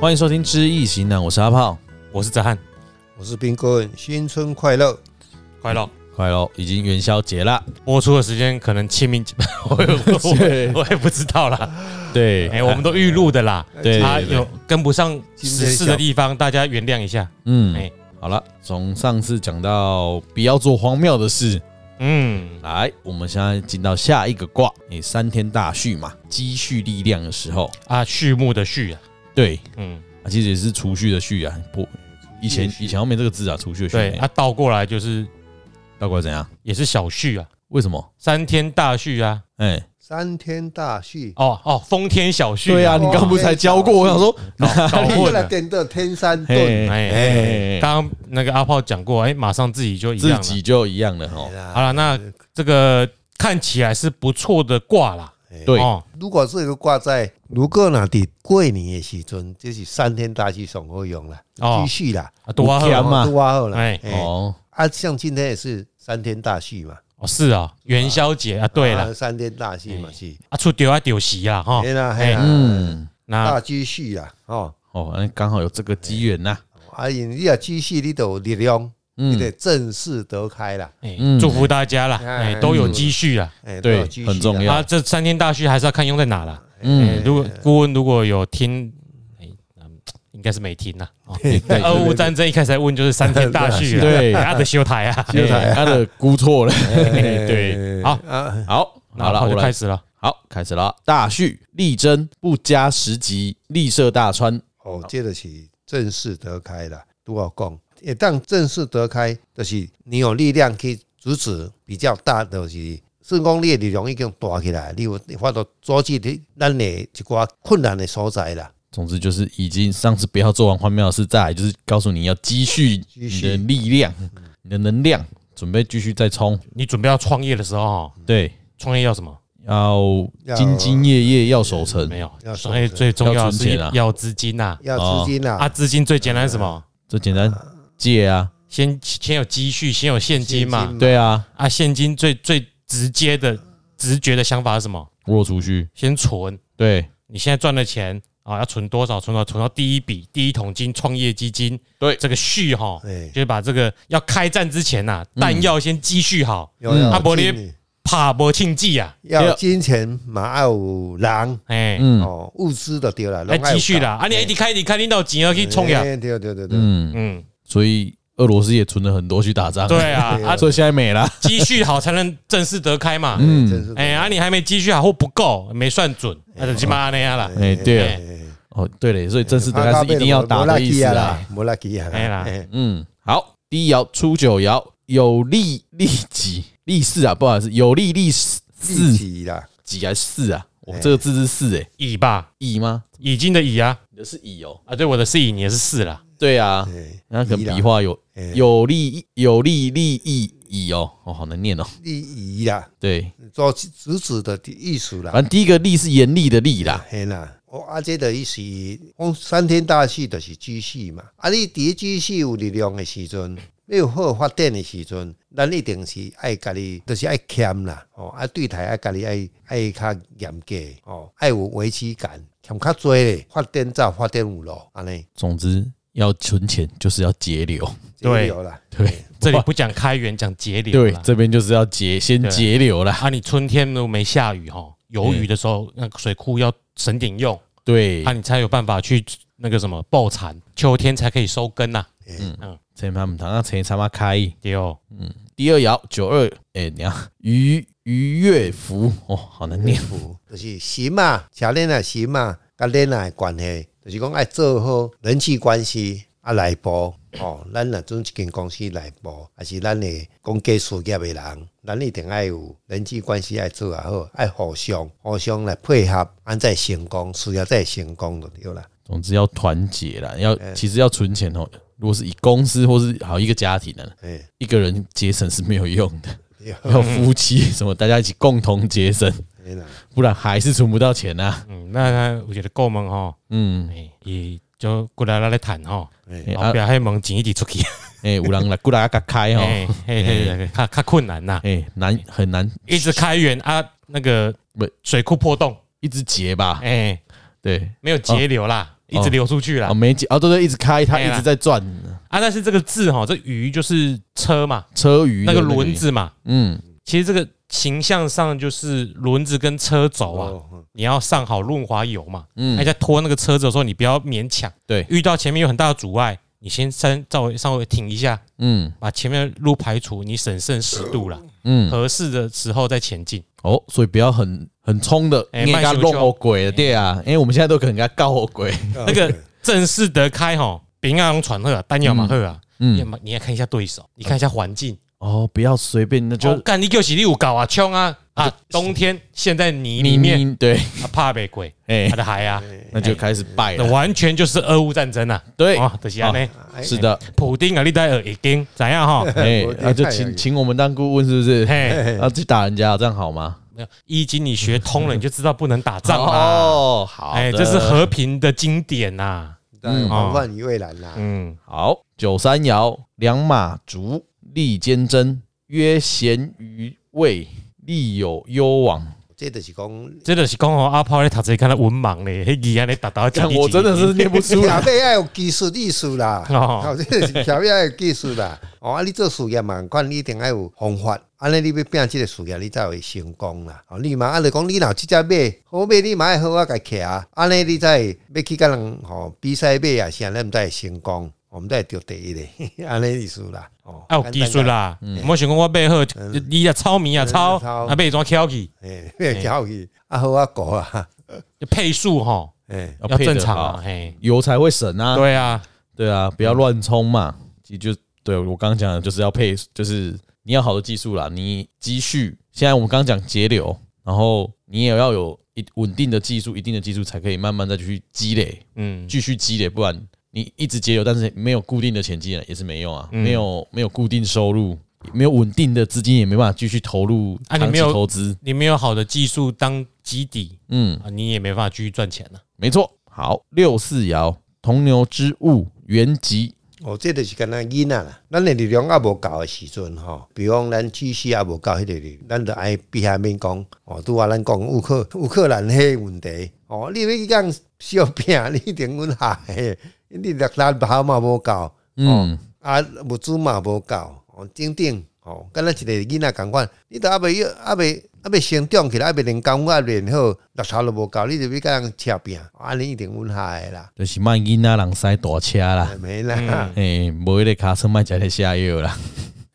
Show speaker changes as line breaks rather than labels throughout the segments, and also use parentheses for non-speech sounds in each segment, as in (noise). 欢迎收听《知易行难》，我是阿炮，
我是泽汉，
我是冰棍，新春快乐！
快乐。
快喽，已经元宵节啦，
播出的时间可能清明节， (laughs) 我
(laughs)
我我也不知道啦。
对
哎，我们都预录的啦，
对
他有跟不上时事的地方，大家原谅一下。
嗯
哎，
好了，从上次讲到不要做荒谬的事，
嗯，
来，我们现在进到下一个卦，诶，三天大畜嘛，积蓄力量的时候，
啊，畜牧的畜啊，
对，
嗯，
啊、其实也是储蓄的蓄啊，不，以前以前后面这个字啊，储蓄的蓄，
对，
诶
它倒过来就是
倒过来怎样？
也是小畜啊，
为什么？
三天大畜啊，
哎、
三天大戏，
哦哦，丰天小畜，
对啊，
啊
你刚不是才教过？我想说，
搞哦搞
天
混
来
了。
点的天山
嘿
遁，
哎
哎，刚
刚刚那个阿炮讲过，哎，马上自己就一
自
样了
己。啊就一样了哦哈
哎。啦
好了，那这个看起来是不错的卦啦。
对，
哦，
如果这个挂在，如果那伫过年的时阵，就是三天大戏上好用啦，
哦
继续啦，
啊多
有
好
天嘛
都挖好啦。
哎
哎，
哦，
啊，像今天也是三天大戏嘛，
哦，是啊，元宵节啊，对了
啊，三天大戏嘛是，
啊，出丢啊丢席啊，哈
哎，啦
哎
嘿啦，
哎
嗯，
哦嗯，
那
大继续啦，哦，
哦，那刚好有这个机缘呐，
啊，因你啊继续，你都有力量，你
嗯，
得正式得开啦，
哎
嗯
祝福大家啦，哎，
哎
都有积蓄啦。
哎，
对
都有积蓄啦
很重要
啊，这三天大蓄还是要看用在哪啦。哎
嗯，
如果顾问如果有听，哎，嗯应该是没听啦。哦
哎对对
俄乌战争一开始在问就是三天大 (laughs) 蓄啊，
对
哎阿德修台
(laughs)
啊，
对
哎
他的估错了。 (laughs)
哎
对好
啊，
好，
那
好
好
了，
就
我
开
来，
始了。
好，开始了。大序力争不加十级，力涉大川。
哦，接着是正式得开了，都要讲。一旦正式得开，就是你有力量去阻止比较大的、就是，算讲你的力量已经大起来，你有你有法度阻止你咱的一寡困难的所在啦。
总之就是，已经上次不要做完荒谬的事，再来就是告诉你要积蓄
积
你
蓄
的力量，你的能量，准备继续再冲。
你准备要创业的时候哦，
对，
创业要什么？
要
要
兢兢业业，要守成，
没有
要，
创业最重
嗯
要的
要存
是
钱啊
要资金呐。
要资金啦，
哦
啊，资金最简单是什么？
这简单借啊，
先先有积蓄，先有现金嘛。
现金
对啊，
啊，现金最最直接的、直觉的想法是什么？
我有储蓄，
先存，
对
你现在赚的钱啊，要存多少？存到存到第一笔、第一桶金、创业基金。
对
这个蓄哈，
哎
就是把这个要开战之前呐、
嗯
弹药先积蓄好，
要要
啊不然
金
怕不庆忌啊，
要金钱嘛，要有人
哎、
嗯
哦，物资的对啦，
来积蓄啦，啊，你一
一
直开，一直开，你到钱要去冲呀，
对对对对，
嗯，
嗯，
所以俄罗斯也存了很多去打仗， (laughs)
对啊，啊，
所以现在没了，
积蓄好才能正式得开嘛，
嗯
真是
哎、啊，你还没积蓄好或不够，没算准，那就起码那样啦，
哎，对了，
哎
哦，对了，所以正式的开是一定要打的意思啦。，
摩拉基亚
哎啦
哎
嗯，好，第一爻初九爻有利利己利四啊，不好意思，有利利四
自
四
己啦，
己还是四啊？我
哎
这个字是四哎，
乙吧，
乙吗？
已经的乙啊，
你的是乙哦。
啊，对，我的是乙，你的是四啦。
对啊，
哎，
那可能
乙啦
笔画有
哎
有利有利利益乙哦，哦，好难念哦。
利益啦，
对，
做直指的艺术啦，
反正第一个利是严厉的利啦，
嘿啦。我啊，这的意思，讲三天大戏就是积蓄嘛。啊，你伫积蓄有力量的时阵，你有好发展的时阵，咱一定是爱家己，就是爱谦啦。哦，啊，对待爱家己爱爱较严格，哦，爱有危机感，欠较多咧，发展才有发展有路，安尼
总之要存钱就是要节流。
这个
对
有啦。
对
这里不讲开源，讲节流
对
啦。，
这边就是要节先
对
节流啦。
啊，你春天都没下雨哈，有雨的时候，那个水库要省点用，
对
啊，，你才有办法去那个什么爆产，秋天才可以收根呐。
陈他们堂，那陈他妈开。
对哦，
第二爻九二，哎，你看鱼鱼跃福哦，好难念。
服，就是行嘛，车恁啊行嘛，甲恁啊的关系，就是讲爱做好人际关系啊内部哦，咱若准一间公司内部，还是咱的公家事业的人，咱一定爱有人际关系爱做啊好，爱互相互相来配合，安才会成功，事业才会成功就对啦。
总之要团结啦，要其实要存钱哦。如果是以公司或是好一个家庭呢，
哎，
一个人节省是没有用的，
对
要夫妻什么大家一起共同节省，
对啦，
不然还是存不到钱呐。
嗯，那那我觉得够猛哈，
嗯，
哎，也就过来来来谈哈，
哎
后
啊
边还猛紧一起出去，
哎，有人来过来啊，开
哎
哦，
嘿嘿，看看困难呐，
哎难很难，
一直开源啊，那个
不
水库破洞，
一直结吧？
哎，
对，
没有节流啦，一直流出去啦
啊，。没几啊，对对，一直开，它
哎呀
一直在转
啊，但是这个字哈，这鱼就是车嘛，
车鱼
那
的
个轮，子嘛，
嗯，
其实这个形象上就是轮子跟车轴啊，
哦
你要上好润滑油嘛。哎
嗯
那你在拖那个车子的时候，你不要勉强。
对
遇到前面有很大的阻碍，你先稍稍微稍微停一下，
嗯
把前面的路排除，你审慎十度啦，
嗯，
合适的时候再前进。
哦，所以不要很很冲的，
哎
你也给它
慢速
弄
球
后鬼了，对啊，因为我们现在都可能给它告后鬼，
那个正式得开吼，别让人传赫啊，单要马赫啊，你也
嗯，
嘛你也看一下对手，你看一下环境，
哦，不要随便，那
就
就
干、你就是你有搞啊，冲啊啊！冬天陷在泥里面，
你对，
啊怕被鬼，
哎
他，的海啊，
那就开始败
那
了，
完全就是俄乌战争啊！
对，
哦，就是安尼，
哎
是的，
普丁啊，你在耳已经怎
(laughs)
样哈？
哎，
我
那就
太
请
阳
请我们当顾问是不是？
嘿，
啊，去打人家这样好吗？
没有易经你学通了，你就知道不能打仗啦。
哦，好的，
哎，这是和平的经典呐。
嗯，
哦
防范于未然啦。
嗯，
好，九三爻，两马足，利坚贞，曰贤于位，利有攸往。
这就是讲，
这就是讲哦，阿炮你读这看到文盲嘞，嘿，伊安尼打到讲
(laughs) 看我真的是念不出
(laughs) 小
来。
妹要有技术艺术啦，
哦
哦， (laughs) 这是小妹要有技术啦。哦，啊，你做事业嘛，看你一定要有方法，安尼你要拼这个事业，你才会成功啦。哦，你嘛，啊，就讲你若即只马好马，你嘛要好啊，甲骑啊，安尼你才会要去甲人吼比赛马啊，是安尼毋才会成功，我们才会得第一咧， (laughs) 安尼意思啦。哦，
啊有技术啦，
嗯
莫想讲我背后你啊抄米啊抄，啊被怎翘起
简单啦，嘿，咩教育啊，好啊，搞啊，
配速吼
嘿，
要哦
要
配得
正常
好
啊，嘿，
油才会省啊。
对啊，
对啊，不要乱冲嘛。其实就对我刚刚讲的，就是要配，就是你要好的技术啦，你积蓄。现在我们刚刚讲节流，然后你也要有一稳定的技术，一定的技术才可以慢慢再去积累。
嗯，
继续积累，不然你一直节流，但是没有固定的钱进来也是没用啊，
嗯
没有没有固定收入，没有稳定的资金，也没办法继续投入
啊
长期
你没有
投资。
你没有好的技术当基底
嗯，
啊，你也没办法继续赚钱啊了。
没错。好，六四爻，铜牛之物，原籍。
哦，这就是敢若囡仔啦。咱的力量也无够的时阵吼，比如讲咱知识也无够迄个力，咱就爱避下面讲。哦，拄啊，咱讲乌克乌克兰迄个问题，哦，你要去讲小拼，你一定阮下的，你六三跑嘛无够，
哦
嗯，
啊，物资嘛无够，哦，等等，哦，敢若一个囡仔共款，你都还未还未还未成长起来，还未练功夫，还未练好，六头都无够，你就要甲人扯拼，啊，你一定阮下的啦，
就是卖囡仔人塞大车啦，
没啦。
嗯
诶、无迄个卡车卖食个下药啦，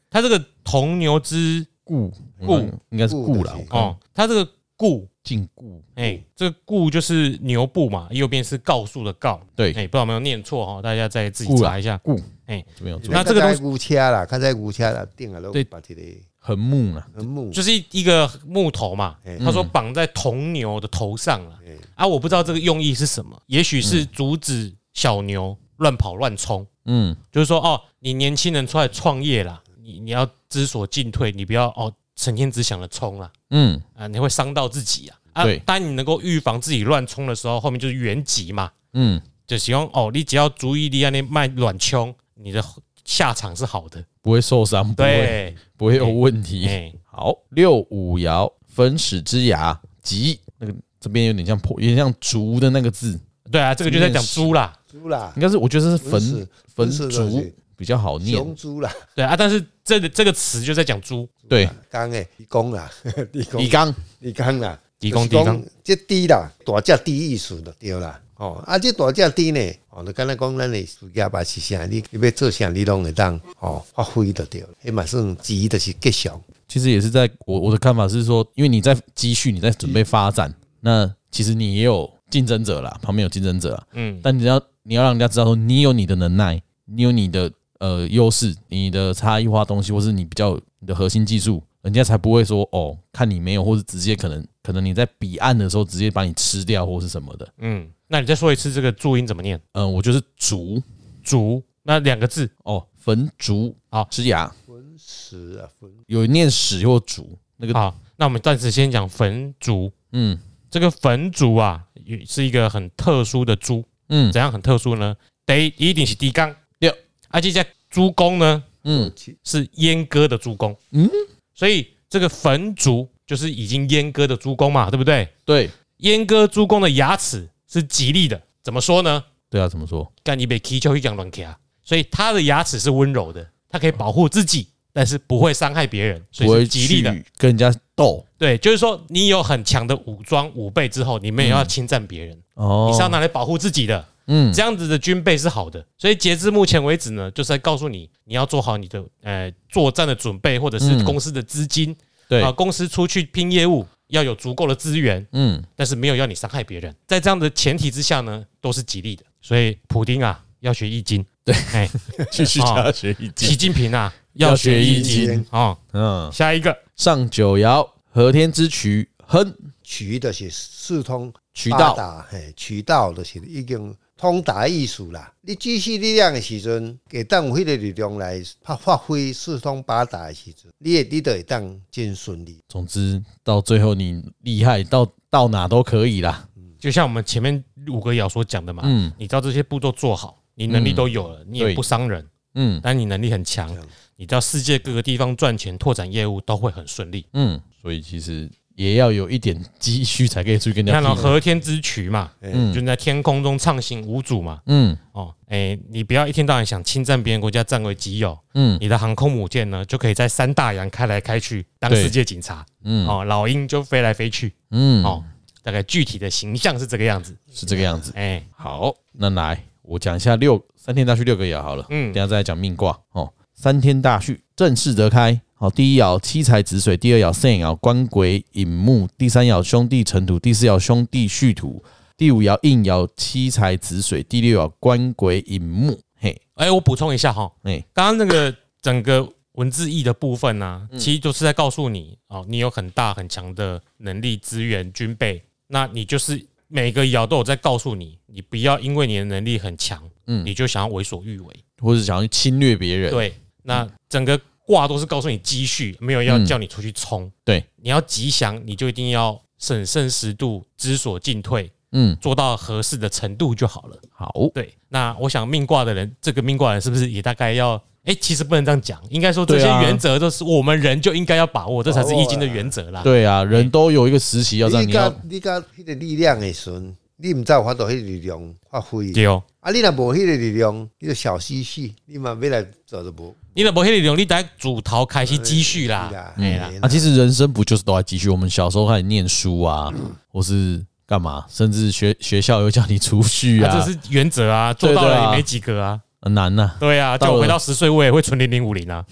它这个铜牛之
固
固
应该是固啦
固的，是
哦，
哦，它这个固，
禁固，
哎、这个固就是牛布嘛，右边是告诉的告，
对
哎、不知道有没有念错哦哈，大家再自己
固啦
查一下。
固，
哎
这边有注意
那这个东西
牛车啦，较在牛车啦，顶啊都
对
把这个
横木啦，
横木，
就是一个木头嘛
哎，
他说
嗯
绑在铜牛的头上了
哎，
啊，我不知道这个用意是什么，也许是阻止小牛乱跑乱冲，
嗯，
就是说哦，你年轻人出来创业啦，你你要知所进退，你不要哦成天只想着冲啦，
嗯，
啊，你会伤到自己啊。啊
对，
当你能够预防自己乱冲的时候，后面就是原籍嘛，
嗯，
就是用哦，你只要注意力在那卖软冲，你的下场是好的。
不会受伤，不会
对，
不会有问题。
哎，
好，六五爻，分始之牙，吉，那个这边有点像破，有点像竹的那个字，
对啊，这个就在讲猪啦，
猪啦
应，该是我觉得是
文史
焚焚
文史的
竹
是
比较好
雄
念。
猪啦，
对啊，但是这个这个词就在讲猪，
对，
刚诶，地公啦， (laughs) 地
李
公，
刚，
地公啦，
地公
就是
地
讲
公，
这猪啦，大只猪意思就对啦。哦，啊，这大只猪呢，哦，就敢若讲咱的事业吧是啥，你你要做啥，你拢会当哦发挥就对了，迄嘛算吉，就是吉祥。
其实也是在我我的看法是说，因为你在积蓄，你在准备发展，那其实你也有竞争者啦，旁边有竞争者啦，
嗯，
但你要你要让人家知道说，你有你的能耐，你有你的呃优势，你的差异化东西，或是你比较有你的核心技术，人家才不会说哦，看你没有，或者直接可能可能你在彼岸的时候直接把你吃掉或是什么的。
嗯，那你再说一次这个注音怎么念？
嗯、我就是竹
竹，那两个字，
哦，焚竹
好
枝芽
分石啊，分
有念史或竹那个
好，那我们暂时先讲焚竹。
嗯
这个焚竹啊，也是一个很特殊的猪，
嗯
怎样很特殊呢？得一定是低缸，
对，
而且在猪公呢
嗯
是阉割的猪公，
嗯
嗯，所以这个焚竹就是已经阉割的猪公嘛，对不对？
对
阉割猪公的牙齿是吉利的，怎么说呢？
对啊，怎么说？
干你被踢就会讲乱卡，所以它的牙齿是温柔的，它可以保护自己，但是不会伤害别人，所
不
以
会
是吉利的。
去跟人家斗
对，就是说你有很强的武装武备之后，你们也要侵占别人，
哦
你是要拿来保护自己的。
嗯
这样子的军备是好的，所以截至目前为止呢，就是在告诉你你要做好你的呃作战的准备，或者是
嗯
公司的资金
对
啊，公司出去拼业务要有足够的资源，
嗯
但是没有要你伤害别人。在这样的前提之下呢，都是吉利的。所以普丁啊，要学
(laughs)
易经；对，哎，
(laughs) 去去
家
学一
习，近平啊，
要
要
学
学
易
易
经
经哦。
(laughs) 嗯，
下一个
上九爻和天之渠亨
渠就是四通
渠
八
道，
达，嘿，渠道就是已经通达艺术啦。你积蓄力量的时阵，给当有迄个力量来发发挥四通八达的时阵，你的你就会当真顺利。
总之到最后你厉害到到哪都可以啦，
就像我们前面五个爻所讲的嘛，
嗯
你照这些步骤做好，你能力都有了，你也
对
不伤人，
嗯
但你能力很强
样，
你到世界各个地方赚钱、拓展业务都会很顺利。
嗯，所以其实也要有一点积蓄才可以出去跟
你
人家
看到、哦
拼，
和天之渠嘛，
嗯
就是在天空中畅行无阻嘛。
嗯
哦，哎、你不要一天到晚想侵占别人国家占为己有，
嗯
你的航空母舰呢就可以在三大洋开来开去当
对
世界警察。
嗯
哦，老鹰就飞来飞去。
嗯，
哦，大概具体的形象是这个样子。
是这个样子。
哎、
好，那来我讲一下六三天大序六个爻好了，
嗯
等一下再来讲命卦哦。三天大序正式则开，好，第一爻七财止水，第二爻肾爻官鬼引木，第三爻兄弟成土，第四爻兄弟戌土，第五爻应爻七财止水，第六爻官鬼引木。嘿，
哎、我补充一下哈，
哎，
刚刚那个整个文字义的部分呢、
嗯
其实就是在告诉你哦，你有很大很强的能力、资源、军备，那你就是每个爻都有在告诉你，你不要因为你的能力很强，
嗯
你就想要为所欲为。
或者想要去侵略别人，
对，那整个卦都是告诉你积蓄，没有要
嗯
叫你出去冲。
对，
你要吉祥，你就一定要审慎十度，知所进退，
嗯，
做到合适的程度就好了。
好，
对，那我想命卦的人，这个命卦的人是不是也大概要？哎、其实不能这样讲，应该说这些
对啊
原则都是我们人就应该要把握，这才是
把握啊
易经的原则啦。
对啊，人都有一个时期要让
你
你要
甲，你甲迄个力量的时阵，你毋知有法度迄个力量发挥。
对哦，
啊，你若无迄个力量，你就小嘻嘻，你嘛要来做都无。
你若无迄个能力，得主头开始积蓄
是
啦
啦。
哎
嗯
啦，
啊，其实人生不就是都在继续？我们小时候开始念书啊，或是干嘛，甚至学学校又叫你储蓄啊，
啊这是原则啊，做到
对对啊
了也没几个啊。
很难呐、
对啊，
到
叫我回
了
到十岁，我也会存零零五零啊。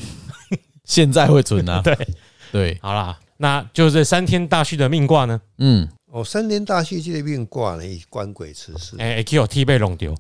现在会准啊，
对
对，
好啦，那就这三天大序的命卦呢，
嗯，
哦，三年大序这个命卦呢，伊官鬼吃事。
哎、欸，给我踢被弄丢，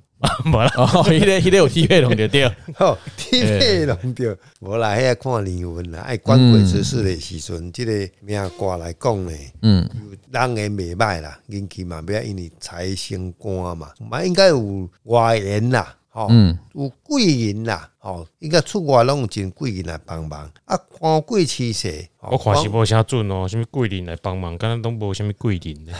没了。
哦，一类一类有踢配龙的对，
(laughs) 哦，天配弄着，无啦，遐看年份啦，爱管鬼之事的时阵，即、个命卦来讲呢，
嗯，
人诶袂歹啦，运气嘛，袂因为财星官嘛，嘛应该有外缘啦，吼、
嗯
有贵人啦，吼、应该出外拢有真贵人来帮忙，啊，官贵气势，吼
我看是
官
无啥准哦，什么桂林来帮忙，刚刚都无什么桂林的。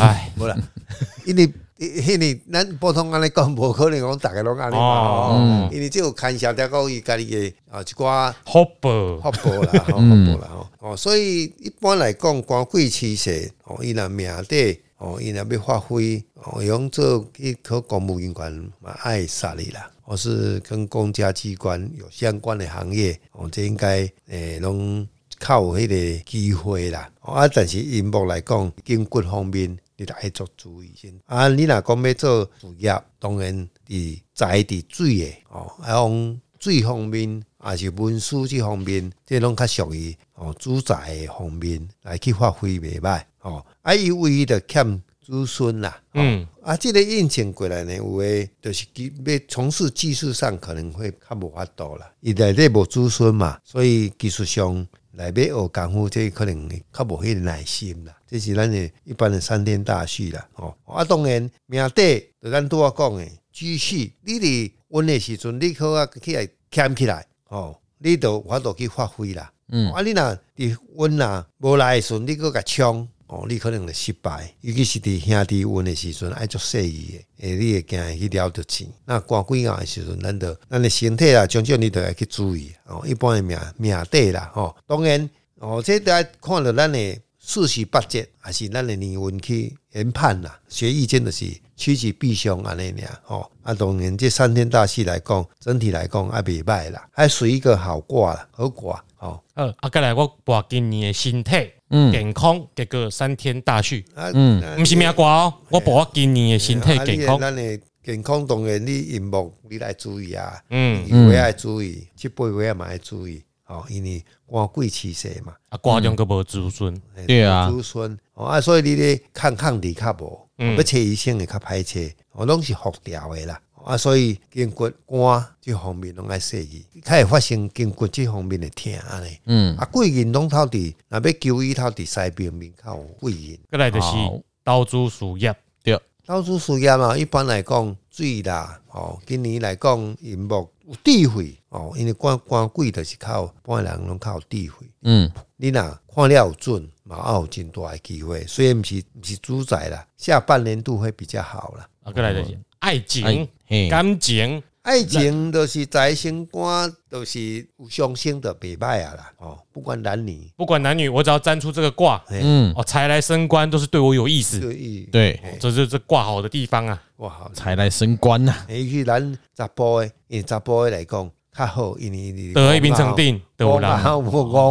哎，
无啦， (laughs) 因为。因为咱普通安尼讲，无可能讲逐个拢安尼嘛，
哦
吼
嗯
因为只有牵涉到讲伊家己诶啊一寡
好吧。
发布啦，吼，发布啦，吼，哦，所以一般来讲，光贵气势，哦，伊若命底，哦，伊若要发挥，哦，用做去考公务员官嘛爱杀你啦，或是跟公家机关有相关的行业，哦，这应该诶拢。较有迄个机会啦，哦啊！但是音乐来讲，经骨方面你得爱做注意先。啊，你若讲要做事业，当然伫财伫水诶，哦，啊往水方面，也是文书这方面，这拢较属于哦主宰的方面来去发挥袂歹哦。啊，伊唯一的欠子孙啦，哦
嗯，
啊，这个印证过来呢，有诶，就是技要从事技术上可能会较无法度啦，伊内底无子孙嘛，所以技术上来要学功夫，这可能会较无迄个耐心啦。这是咱诶一般的三天大序啦，哦，啊，当然命底就咱拄啊讲诶，积蓄，你伫温诶时阵，你可啊起来欠起来，哦，你就有法度去发挥啦。
嗯
啊，你若伫温啊无来的时阵，你搁甲冲，哦，你可能会失败。尤其是伫兄弟温的时阵，爱做细意的，诶，欸你会惊会去了着钱。那寒几硬的时阵，咱着咱的身体啦，种种你着要去注意哦。一般的命命底啦，吼、当然哦，这都要看着咱的。四十八节，还是咱的年运去研判啦。学易经就是趋吉避凶安尼俩吼。啊，当然这三天大戏来讲，整体来讲也袂歹啦，还属于一个好卦啦，好卦哦。
呃，啊，再来我博今年的身体、
嗯，
健康，结果三天大序，
啊，
嗯
啊
不是命挂哦，我博我今年的身体健
啊你的
康，
咱的健康当然你荧幕你来注意啊，
嗯，
二位爱注意，七八位嘛爱注意，哦，因为官贵气势嘛，
啊，挂中个无子孙，
嘿
对啊
子孙哦啊，所以你咧抗抗力较无，要找医生会较歹找，哦，拢是复调的啦。啊，所以筋骨肝这方面拢爱注意，较会发生筋骨这方面的疼安尼。
嗯，
啊，贵人拢透伫，若要求医透伫西边面较有贵人。
再来就是
好
投资事业，
对，
到处事业嘛，一般来讲水啦，哦，今年来讲银幕有智慧哦，因为官官贵就是靠般人拢靠智慧。
嗯，
你若看了有准，嘛也有真大诶机会。虽然毋是毋是主宰啦，下半年度会比较好啦。
啊，再来就是爱情
哎、，嘿，
感情，
爱情就是财星官，就是有上升的袂歹啊啦。哦，不管男女，
不管男女，我只要沾出这个卦，
嗯，
哦，财来升官都是对我有意思，
就意
对，
哦这就是这挂好的地方啊。
哇好。
才来升官呐，
也许咱查甫诶，因为查甫诶来讲较好，因为因为
得黑平成
哦
定，得
五
有人
爻，五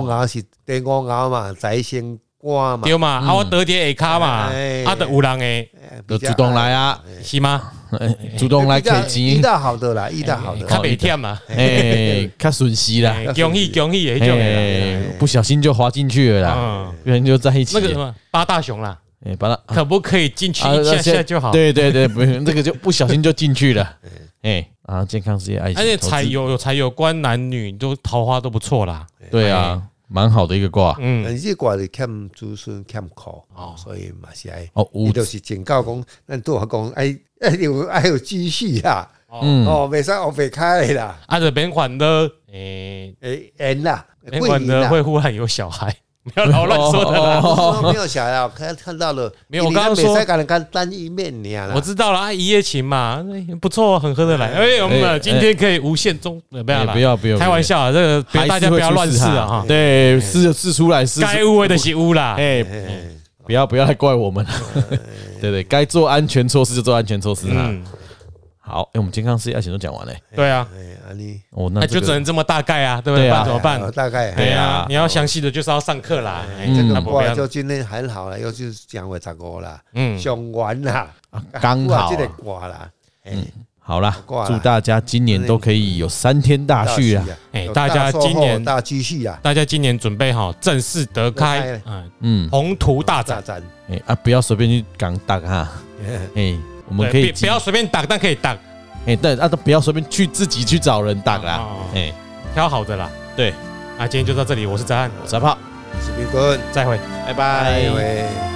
爻是第五爻嘛，财星官嘛，
对嘛？
嗯
啊，我得点下卡嘛
哎，
啊，得有人诶，
哎
就主动来，啊，
是吗？
主动来
比较
摕
遇
钱，
到好的
哎
啦，遇到好
哦
的
较袂忝嘛，
哎，较顺势啦，
哎恭喜恭喜，迄种诶。
哎，啊不小心就滑进去了啦，
嗯，
不然就在一起
那个什
了，
么八大熊啦，
哎，把它
可不可以进去
啊
一下
那些
下就好？，
对对对，不是，这个就不小心就进去了。哎啊，健康事业爱情，
而且
投资
财有有财有关男女都桃花都不错啦。
对啊，蛮好的一个卦
嗯，
但是挂是欠子孙欠苦，
哦
所以嘛是爱，
哦。
伊
五
都是警告讲，咱都话讲，哎 (laughs) 哎有哎有积蓄啦，
嗯
哦，袂使学袂开的啦，
啊，这边款的，诶，
诶，缘啦，
哎
边
贵
款
人
的
啦
哎会。忽然有小孩， (laughs) 不要老乱说的
哦
啦。
不是说没有想到，看看到了，
没有我
因为咱
刚刚说
袂使跟人单一面尔啦
我。知道了，啊，一夜情嘛，哎不错，很合得来。哎，我
哎
们今天可以无限中，呃不要
哎
啦
不要不要，
开玩笑啊，这个不要
还
大
是
家
会
不要
出
乱
事
试啊哈。
对，试试出来试，
该污的是污啦，
哎，
哎
不要不要来怪我们了。对对，该做安全措施就做安全措施啦。
嗯，
好，哎，我们健康事业爱情都讲完嘞，
对啊，
哎，安尼，
哦，
那
那这
就只
个
能这么大概啊，对不对？
对
不
啊
然怎么
哦
办？
大概
对啊
啊，嗯
你要详细的就是要上课啦，哎
这
那
个
不不
卦
要
就今天很好了，又就是讲月十五啦，
嗯，
上元啦，
刚
哇
好
这个
啊
卦啦，哎
嗯
好啦
挂，啦
祝大家今年都可以有三天大序啊！
哎
有
大家
收获
今年
大积蓄啊，
大家今年准备好正式得
得
开
开，
嗯，
嗯，
宏图大
大
展。
展，
哎啊，不要随便去讲大哈，哎，我们
对
可以
别不要随便打，但可以打，
哎，但啊，都不要随便去自己去找人打啦
哦。
哎，
挑好的啦。啊
对，
那今天就到这里，我是张翰，
我是阿炮，
史宾哥，
再会。
拜
拜拜。
哦